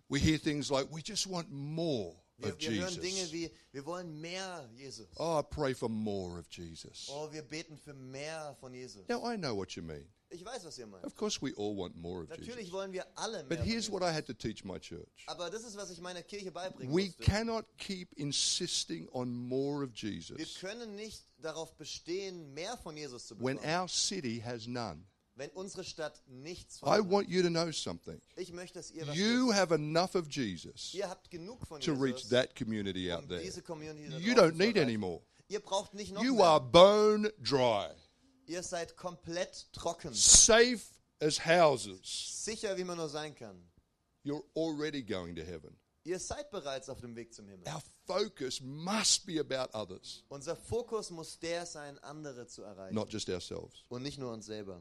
We hear things like, we just want more of Wir, wir hören Dinge Jesus. wie, wir wollen mehr Jesus. Oh, I pray for more of Jesus. Oh, wir beten für mehr von Jesus. Now, I know what you mean. Ich weiß, was ihr meint. Of course, we all want more of Natürlich oh, Jesus. wollen wir alle mehr But von here's Jesus. what I had to teach my church Aber das ist, was ich meiner Kirche beibringen we musste. cannot keep insisting on more of Wir Jesus können nicht darauf bestehen, mehr von Jesus zu when bekommen, our city has none. wenn unsere Stadt nichts von I ihm hat. want you to know something. Ich möchte, dass ihr was wisst. You have enough of Jesus Ihr habt genug von to reach Jesus, that community out um there. diese Community da You draußen don't zu need erreichen. any more. Ihr braucht nicht noch You mehr. are bone dry, Ihr seid komplett trocken. safe as houses. Sicher, wie man nur sein kann. You're already going to heaven. Ihr seid bereits auf dem Weg zum Himmel. Our focus must be about others, Unser Fokus muss der sein, andere zu erreichen. not just ourselves. Und nicht nur uns selber.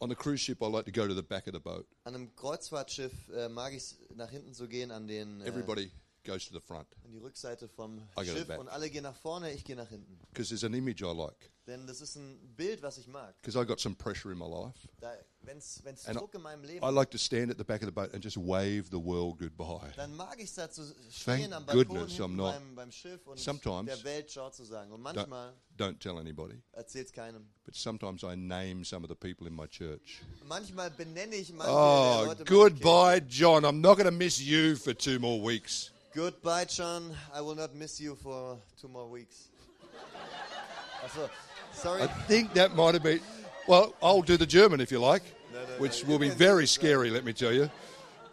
On a cruise ship, I like to go to the back of the boat. An einem Kreuzfahrtschiff äh, mag ich es, nach hinten zu gehen, an, den, äh, an Everybody goes to the front die Rückseite vom I go Schiff. back. Und alle gehen nach vorne, ich gehe nach hinten. because there's an image I like. Denn das ist ein Bild, was ich mag. Because I got some pressure in my life. Da, wenn's, wenn's And Druck in meinem Leben I like to stand at the back of the boat and just wave the world goodbye. dann mag ich es da zu stehen am goodness Balkon I'm hinten not. beim, beim Schiff und Sometimes- der Welt Schau zu sagen. Und Don't, manchmal don't tell anybody. erzählt's keinem. But sometimes I name some of the people in my church. Manchmal benenne ich manche der Oh, Leute. goodbye, John. I'm not going to miss you for two more weeks. Goodbye, John. I will not miss you for two more weeks. Also, sorry. I think that might have been. Well, I'll do the German if you like, No, no, no, which you will be can very do that. scary, let me tell you.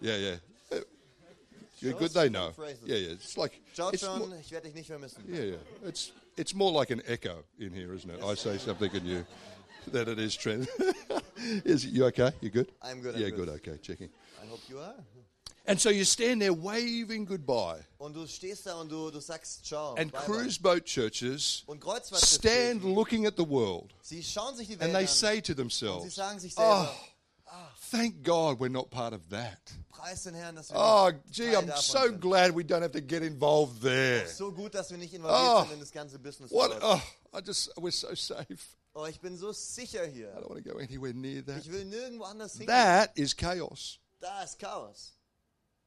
Yeah, yeah. Uh, You're Show good, us they some know. phrases. Yeah, yeah. It's like. Ciao, It's John. mo- Ich werde dich nicht vermissen. yeah, yeah. It's, it's more like an echo in here, isn't it? I say something and you. That it is trend. is it, you okay? You good? I'm good, I'm Yeah, good. good. Okay, checking. I hope you are. And so you stand there waving goodbye. Und du stehst da und du, du sagst Ciao. And bye, cruise boat churches bye. Und Kreuzfahrtschiffe. stand looking at the world Sie schauen sich die Welt and they an. say to und sie themselves, sagen sich selber, Oh, thank God we're not part of that. preis den Herrn, dass wir Oh, nicht gee, Teil I'm davon so sind. glad we don't have to get involved there. So gut, dass wir nicht involviert Oh. sind in das ganze Business. What? dort. Oh, I just, we're so safe. Oh, ich bin so sicher I hier. don't want to go anywhere near that. Ich will nirgendwo anders hin. That is chaos. Da ist Chaos.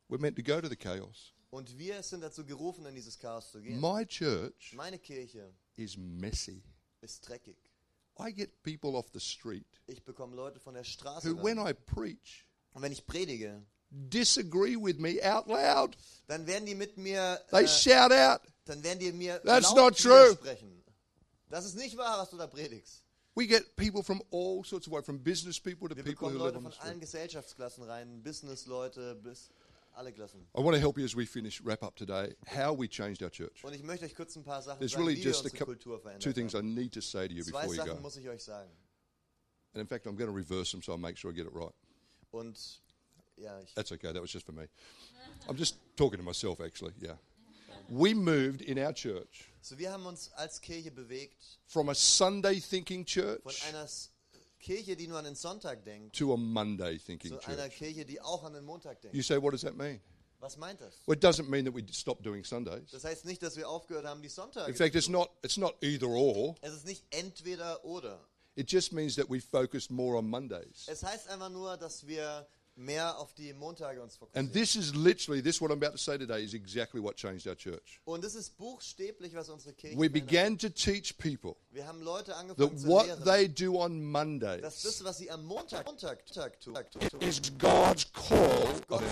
We're meant to go to the chaos. Und wir sind dazu gerufen, in dieses Chaos zu gehen. My church Meine Kirche is messy. ist dreckig. I get people off the street Ich bekomme Leute von der Straße. who, when ran. I preach, Und wenn ich predige, disagree with me out loud. dann werden die mit mir, They äh, shout out, dann werden die mir That's laut not true. sprechen. Das ist nicht wahr, was du da predigst. We get people from all sorts of ways, from business people to Wir people bekommen who live Leute on the von street. allen Gesellschaftsklassen rein, Business-Leute bis alle Klassen. I want to help you as we finish wrap up today. How we changed our church. Und ich möchte euch kurz ein paar Sachen There's sagen, really wie wir just a unsere couple, Kultur verändert two things haben. I need to say to you Zwei before you Sachen go. muss ich euch sagen. And in fact, I'm going to reverse them so I make sure I get it right. Und ja, ich, That's okay. That was just for me. I'm just talking to myself, actually. Yeah. We moved in our church so wir haben uns als Kirche bewegt from a Sunday thinking von church einer s- Kirche, die nur an den Sonntag denkt, to a Monday thinking zu einer church. Kirche, die auch an den Montag denkt. You say, what does that mean? Was meint das? Well, it doesn't mean that we stop doing Sundays. Das heißt nicht, dass wir aufgehört haben, die Sonntage. In fact, it's not, it's not either or. es ist nicht entweder oder. It just means that we focus more on Mondays. Es heißt einfach nur, dass wir mehr auf die Montage uns fokussieren. And this is literally, this what I'm about to say today is exactly what changed our church. Und es ist buchstäblich, was unsere Kirche We verändert. began to teach people Wir haben Leute angefangen that zu what lehren, they do dass on Mondays das, was sie am Montag, Montag, Montag tun, is God's call. Gott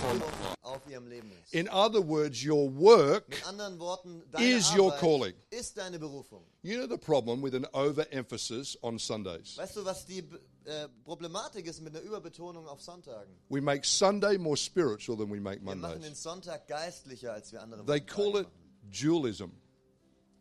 auf ihrem Leben ist. In other words, your work. Mit anderen Worten, deine Is your Arbeit calling. ist deine Berufung. You know the problem with an overemphasis on Sundays? Weißt du, was die äh, Problematik ist mit einer Überbetonung auf Sonntagen? We make Sunday more spiritual than we make Wir machen den Mondays. Sonntag geistlicher, als wir andere They Wochentage call it machen. dualism.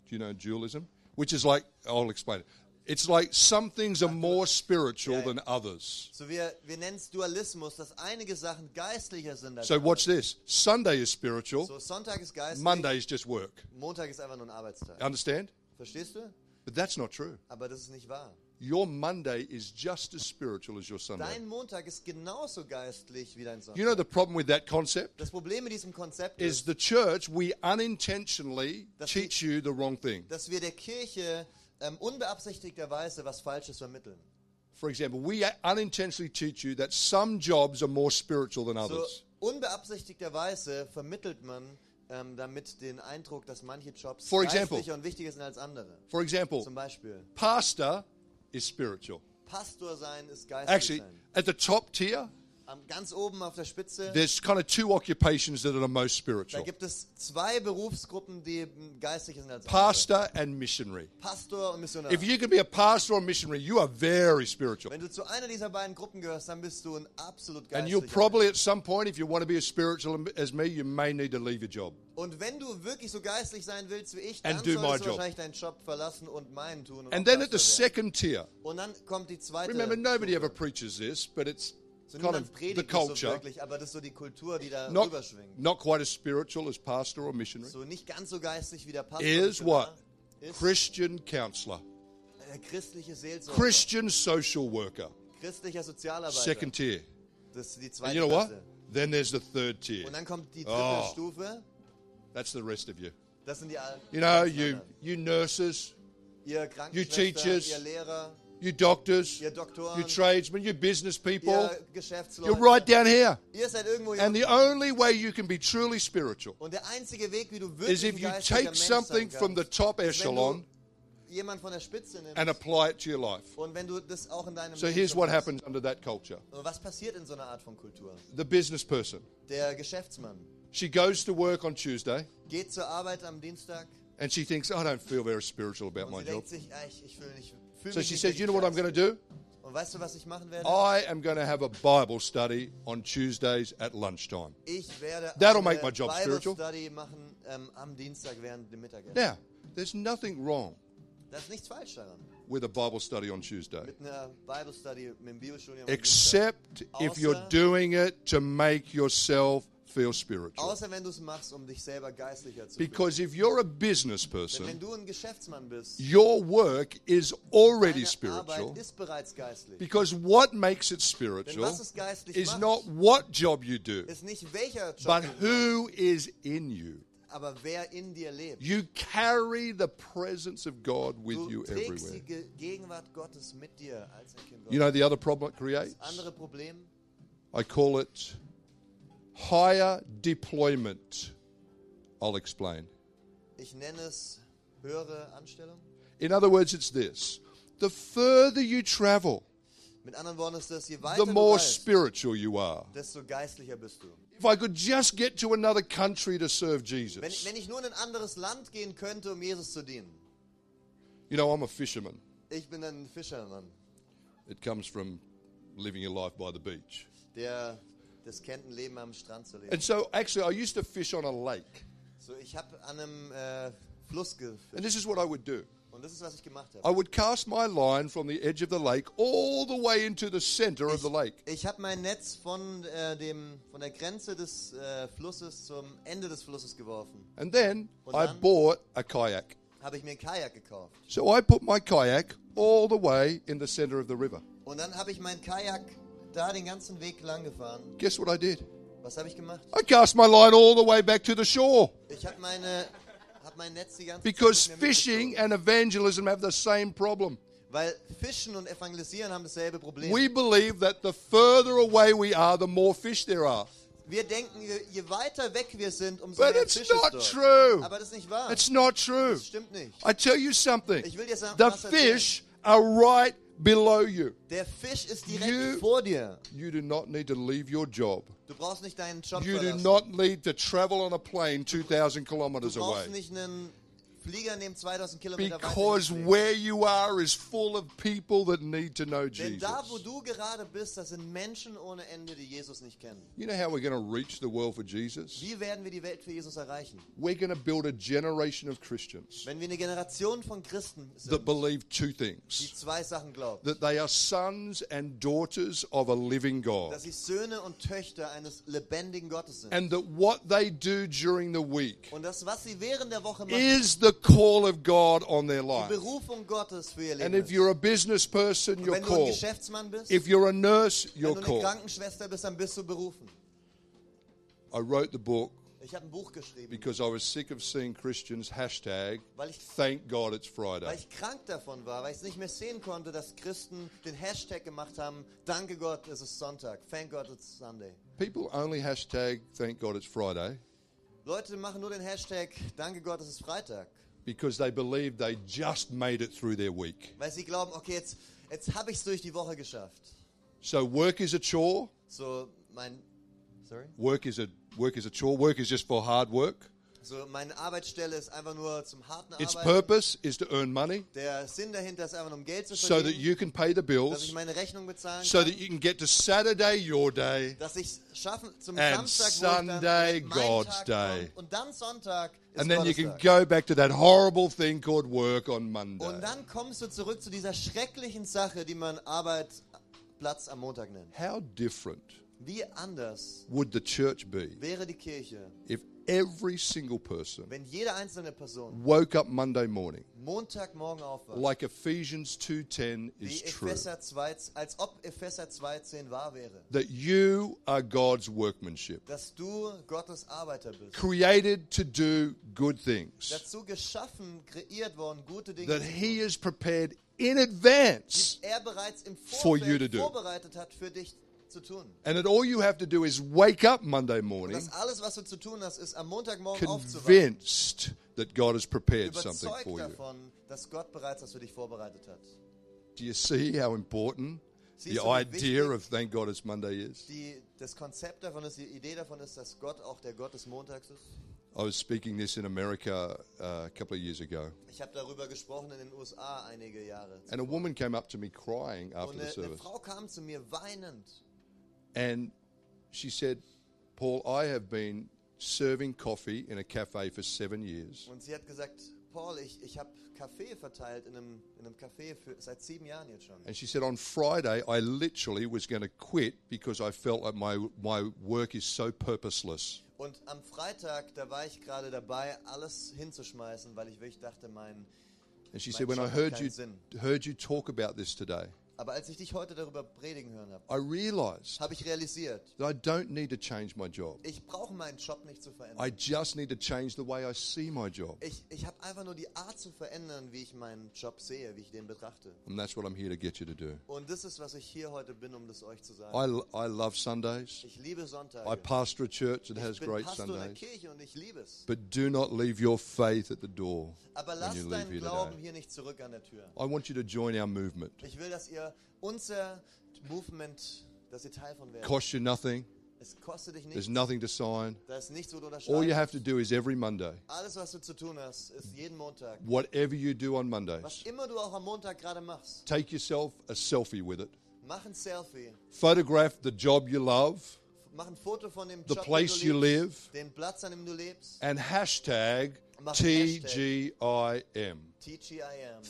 Do you know dualism? Which is like, I'll explain it. It's like some things are more spiritual Yeah, yeah. than others. So wir, wir nennen es Dualismus, dass einige Sachen geistlicher sind als So andere. watch this. Sunday is spiritual. So Sonntag ist geistlich, Monday is just work. Montag ist einfach nur ein Arbeitstag. Understand? Verstehst du? But that's not true. Aber das ist nicht wahr. Your Monday is just as spiritual as your Sunday. Dein Montag ist genauso geistlich wie dein Sonntag. You know the problem with that concept? Das Problem mit diesem Konzept Is ist, the church, we unintentionally That's the- teach you the wrong thing. dass wir der Kirche ähm, unbeabsichtigterweise was Falsches vermitteln. For example, we unintentionally teach you that some jobs are more spiritual than So others. unbeabsichtigterweise vermittelt man ähm, damit den Eindruck, dass manche Jobs For example. geistlicher und wichtiger sind als andere. For example, Zum Beispiel, pastor is spiritual. Pastor sein ist geistlich Actually, sein. at the top tier, Am, ganz oben auf der Spitze, there's kind of two occupations that are the most da spiritual gibt es zwei Berufsgruppen, die m, geistlicher sind als andere. pastor and missionary. Pastor und Missionar. If you can be a pastor or missionary, you are very spiritual. Wenn du zu einer dieser beiden Gruppen gehörst, dann bist du ein absolut And you'll geistlicher. probably at some point, if you want to be as spiritual as me, you may need to leave your job. Und wenn du wirklich so geistlich sein willst wie ich, dann And do my solltest du job. wahrscheinlich deinen Job verlassen und meinen tun. Und, And auch then at the Pastor werden. second tier, und dann kommt die zweite. remember, nobody Stufe. ever preaches this, but it's so kind niemand of the predigt das so culture. wirklich, aber das ist so die Kultur, die da Not, rüberschwingt. not quite as spiritual as pastor or missionary. So nicht ganz so geistig wie der Pastor. Is what? Ist Christian counselor, äh, christliche Seelsorge, Christian social worker, christlicher Sozialarbeiter. second tier. das ist die zweite And you know what? Klasse. Then there's the third tier. Und dann kommt die dritte Oh. Stufe. That's the rest of you. Das sind die Al- You know, die you, anderen. you nurses, ihr Krankenschwestern, teachers. ihr Lehrer, you doctors, ihr Doktoren, you tradesmen, you business people. ihr Geschäftsleute. You're right down here. Ihr seid irgendwo hier And the only way you can be truly spiritual Und der einzige Weg, wie du wirklich is ein if you geistlicher take Mensch sein something from the kannst, top ist, wenn echelon du jemand von der Spitze nimmst and apply it to your life. und wenn du das auch in deinem So Leben here's so what machst. happens under that culture Und was passiert in so einer Art von Kultur? the business person. Der Geschäftsmann She goes to work on Tuesday geht zur Arbeit am Dienstag and she thinks, I don't feel very spiritual about und my sie job. denkt sich, ah, ich, ich fühle mich, fühl So mich she nicht says, You know what I'm Oh, richtig. going to do? Und weißt du, was ich machen werde? I am going to have a Bible study on Tuesdays at lunchtime. ich werde That'll eine make my job Bible spiritual. Study machen ähm, am Dienstag während dem Mittagessen. Now, there's nothing wrong Da ist nichts falsch daran. with a Bible study on Tuesday, Mit einer Bible Study, mit einem Bibelstudium am Dienstag. except if you're doing it to make yourself feel spiritual. Außer wenn du es machst, um dich selber geistlicher zu fühlen. Because um, if you're a business Denn wenn person, du ein Geschäftsmann bist, your work is already deine Arbeit spiritual. ist bereits geistlich. Because what makes it Denn spiritual was es geistlich is macht, not what job you do, ist nicht welcher Job, but du machst, who is in you. aber wer in dir lebt. You carry the presence of God with Du you trägst everywhere. die Ge- Gegenwart Gottes mit dir als ein Kind Gottes. You know the other problem it creates? das andere Problem, I call it higher deployment. I'll explain. ich nenne es höhere Anstellung. In other words, it's this the further you travel, Mit anderen Worten ist das, je weiter the du more reist, spiritual you are. desto geistlicher bist du. If I could just get to another country to serve Wenn, Jesus. wenn ich nur in ein anderes Land gehen könnte, um Jesus zu dienen. You know, I'm a fisherman. Ich bin ein Fischermann, It comes from living your life by the beach. der das kennt, ein Leben am Strand zu leben. And so, actually, I used to fish on a lake. So, ich habe an einem äh, Fluss gefischt. And this is what I would do Und das ist, was ich gemacht habe. I would cast my line from the edge of the lake all the way into the center of the lake. Ich habe mein Netz von, äh, dem, von der Grenze des äh, Flusses zum Ende des Flusses geworfen. And then Und I dann? bought a kayak. Habe ich mir ein Kajak gekauft. So I put my kayak all the way in the center of the river. Und dann habe ich mein Kajak da den ganzen Weg lang gefahren. Guess what I did? Was habe ich gemacht? I cast my line all the way back to the shore Ich habe meine, hab mein Netz die ganze because Zeit. mit mir fishing and evangelism have the same problem. mitgezogen. Weil Fischen und Evangelisieren haben dasselbe Problem. We believe that the further away we are, the more fish there are. wir denken, je, je weiter weg wir sind, umso But mehr it's Fisch ist not dort. true. Aber das ist nicht wahr. It's not true. Das stimmt nicht. I tell you something Ich will dir sagen, the was erzählen. fish are right below you. Der Fisch ist direkt You- vor dir. You do not need to leave your job. Du brauchst nicht deinen Job You do verlassen. not need to travel on a plane 2,000 kilometers du brauchst away. nicht einen Flieger nehmen 2000 Kilometer Because weit. where you are is full of people that need to know Denn Jesus. da, wo du gerade bist, das sind Menschen ohne Ende, die Jesus nicht kennen. You know how we're going to reach the world for Jesus? Wie werden wir die Welt für Jesus erreichen? We're going to build a generation of Christians Wenn wir eine Generation von Christen that sind, believe two die things zwei Sachen glauben. that they are sons and daughters of a living God, Dass sie Söhne und Töchter eines lebendigen Gottes sind. and that what they do during the week Und das, was sie während der Woche machen, is the call of God on their die life. Berufung Gottes für ihr And Leben if ist. you're a business person, you're Wenn du ein called. Geschäftsmann bist, If you're a nurse, wenn you're du eine called. Krankenschwester bist, dann bist du berufen. I wrote the book Ich habe ein Buch geschrieben, because I was sick of seeing Christians hashtag Weil ich- thank God it's weil Friday. ich krank davon war, weil ich es nicht mehr sehen konnte, dass Christen den Hashtag gemacht haben, danke Gott, es ist Sonntag, thank God it's Sunday. People only hashtag thank God it's Friday Leute machen nur den Hashtag, danke Gott, es ist Freitag, because they believe they just made it through their week. weil sie glauben, okay, jetzt, jetzt habe ich es durch die Woche geschafft. So work is a chore. So mein, sorry? Work is a work is a chore. Work is just for hard work. So meine Arbeitsstelle ist einfach nur zum harten Its Arbeiten. purpose is to earn money Der Sinn dahinter ist einfach nur, um Geld zu so that verdienen, you can pay the dass ich bills, meine Rechnung bezahlen so kann. that you can get to Saturday your day dass ich es schaffen zum And Samstag, wo ich dann Sunday, mein God's Tag day. kommt und dann Sonntag ist And then you Gottes can Tag. go back to that horrible thing called work on Und Monday. dann kommst du zurück zu dieser schrecklichen Sache, die man Arbeitsplatz am Montag nennt. How different Wie anders would the church be wäre die Kirche, if every single person wenn jede einzelne Person woke up Monday morning Montagmorgen aufwacht, like Ephesians 2:10 is wie true? Epheser 2, als ob Epheser 2,10 wahr wäre, That you are God's workmanship, dass du Gottes Arbeiter bist, created to do good things. dazu geschaffen, kreiert worden, gute Dinge, That zu he tun, is prepared in die advance. er bereits im for you Vorfeld to do. vorbereitet hat für dich zu tun. And that all you have to do is wake up Monday Und morning das alles, was du zu tun hast, ist am Montagmorgen aufzuwachen, convinced that God has prepared something überzeugt for you. davon, dass Gott bereits das für dich vorbereitet hat. Do you see how important Siehst the du, wie idea wichtig- of thank God it's Monday is? Die, das Konzept davon ist, die Idee davon ist, dass Gott auch der Gott des Montags ist. I was speaking this in America uh, a couple of years ago, Ich habe darüber gesprochen in den USA einige Jahre. and a woman came up to me crying after Und the eine, eine service. Frau kam zu mir weinend And she said, Paul, I have been serving coffee in a cafe for seven years, und sie hat gesagt, Paul, ich, ich habe Kaffee verteilt in einem, in einem Café für, seit sieben Jahren jetzt schon. and she said, On Friday, I literally was going to quit because I felt like my, my work is so purposeless. Und am Freitag, da war ich gerade dabei, alles hinzuschmeißen, weil ich wirklich dachte, mein... And she Mein said, When I Job hat heard keinen you, Sinn." heard you talk about this today, Aber als ich dich heute darüber predigen hören habe, I realized habe ich realisiert, that I don't need to change my job. ich brauche meinen Job nicht zu verändern. I just need to change the way I see my job. Ich, ich habe einfach nur die Art zu verändern, wie ich meinen Job sehe, wie ich den betrachte. And that's what I'm here to get you to do. Und das ist, was ich hier heute bin, um das euch zu sagen. I, I love Sundays. Ich liebe I Sonntage. pastor a church that has Ich bin great Pastor in der Sundays. Kirche und ich liebe es. But do not leave your faith at the door Aber when you lasst leave deinen here Glauben today. hier nicht zurück an der Tür. I want you to join our movement. Ich will, dass ihr unser Movement, dass ihr Teil von werdet. Costs you nothing. Es kostet dich There's nichts. nothing to sign. Da ist nichts, wo du All you unterschreibst. have to do is every Monday, Alles, was du zu tun hast, ist jeden Montag. whatever you do on Was Mondays, immer du auch am Montag gerade machst, take yourself a selfie with it. mach ein Selfie. Photograph the job you love Mach ein Foto von dem The Job, place den you du lebst, live. den Platz, an dem du lebst. and hashtag Mach ein Hashtag. TGIM. TGIM.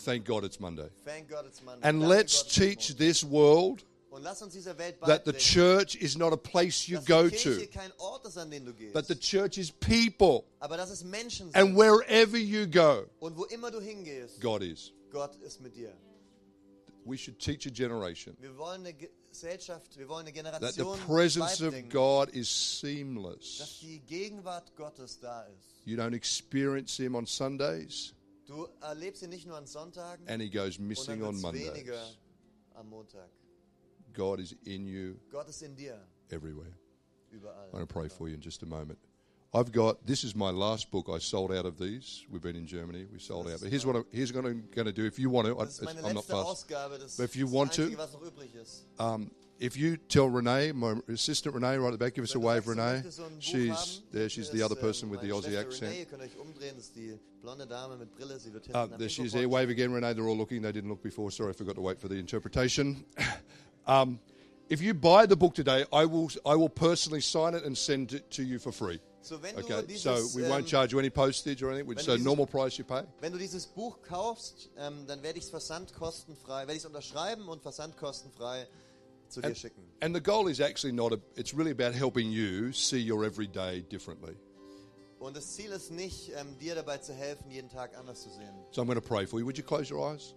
Thank God it's Monday. Thank God it's Monday. And Danke let's Gott, es ist teach Montag. this world Und lass uns dieser Welt that the beibringen, church is not a place you dass go die Kirche to, kein Ort ist, an den du gehst, but the church is people. aber dass es Menschen And sind. wherever you go, Und wo immer du hingehst, God is. Gott ist mit dir. We should teach a generation Wir wollen eine Gesellschaft, wir wollen eine that the Generation presence of beibringen, God is dass seamless. die Gegenwart Gottes da ist. You don't experience Him on Sundays, Du erlebst ihn nicht nur an Sonntagen, and He goes und dann missing on wird's Mondays. weniger am Montag. God is in you Gott ist in dir, everywhere. überall. I'm going to pray for you in just a moment. I've got this is my last book. I sold out of these. We've been in Germany. We sold out. But here's what I'm here's what I'm going to do. If you want to, I, Das ist meine I'm not letzte fast. Ausgabe, das ist But if you das want to- Einzige, was noch übrig ist. Um, if you tell Renee, my assistant Renee, right at the back, give us a Wenn du wave, sagst, du Renee. möchtest so ein Buch She's haben, there. She's hier the other ist, person ähm, with the meine Aussie Schwester Renee, ihr accent. könnt euch umdrehen, das ist die blonde Dame mit Brille, sie wird hinten Uh, am there she is there. Mikrofon Wave again, Renee. They're all looking. They didn't look before. Sorry, I forgot to wait for the interpretation. um, if you buy the book today, I will I will personally sign it and send it to you for free. So wenn du Okay, dieses, so we won't ähm, charge you any postage or anything. wenn So du dieses- normal price you pay. Wenn du dieses Buch kaufst, ähm, dann werde ich es versandkostenfrei, werde ich es unterschreiben und versandkostenfrei zu dir schicken. And the goal is actually not, a, it's really about helping you see your everyday differently. Und das Ziel ist nicht, ähm, dir dabei zu helfen, jeden Tag anders zu sehen. So I'm going to pray for you. Would you close your eyes?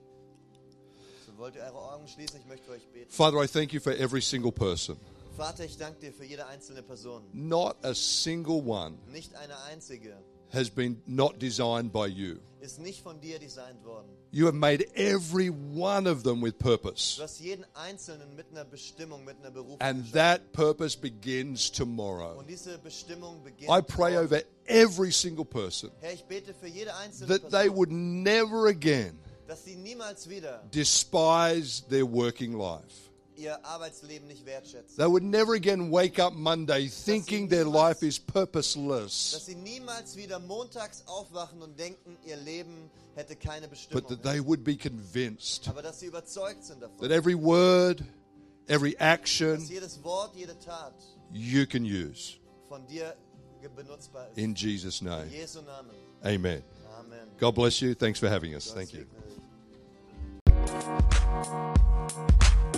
So wollt ihr eure Augen schließen, ich möchte für euch beten. Father, I thank you for every single person. Vater, ich danke dir für jede einzelne Person. Not a single one Nicht eine einzige has been not designed by you. ist nicht von dir designt worden. You have made every one of them with purpose. Du hast jeden einzelnen mit einer Bestimmung, mit einer Berufung. And geschaffen. that purpose begins tomorrow. und diese Bestimmung beginnt. I pray morgen. over every single person Herr, ich bete für jede einzelne that they Person, would never again dass sie niemals wieder despise their working life. ihr Arbeitsleben nicht wertschätzen. They would never again wake up Monday thinking their life is dass purposeless, sie niemals wieder montags aufwachen und denken, ihr Leben hätte keine Bestimmung. but that they would be convinced aber dass sie überzeugt sind davon, that every word, every action dass jedes Wort, jede Tat you can use. von dir ge- benutzbar ist. In Jesus' In name, Jesu Namen. amen. Amen. God bless you. Thanks for having us. Gott Thank you. segne dich.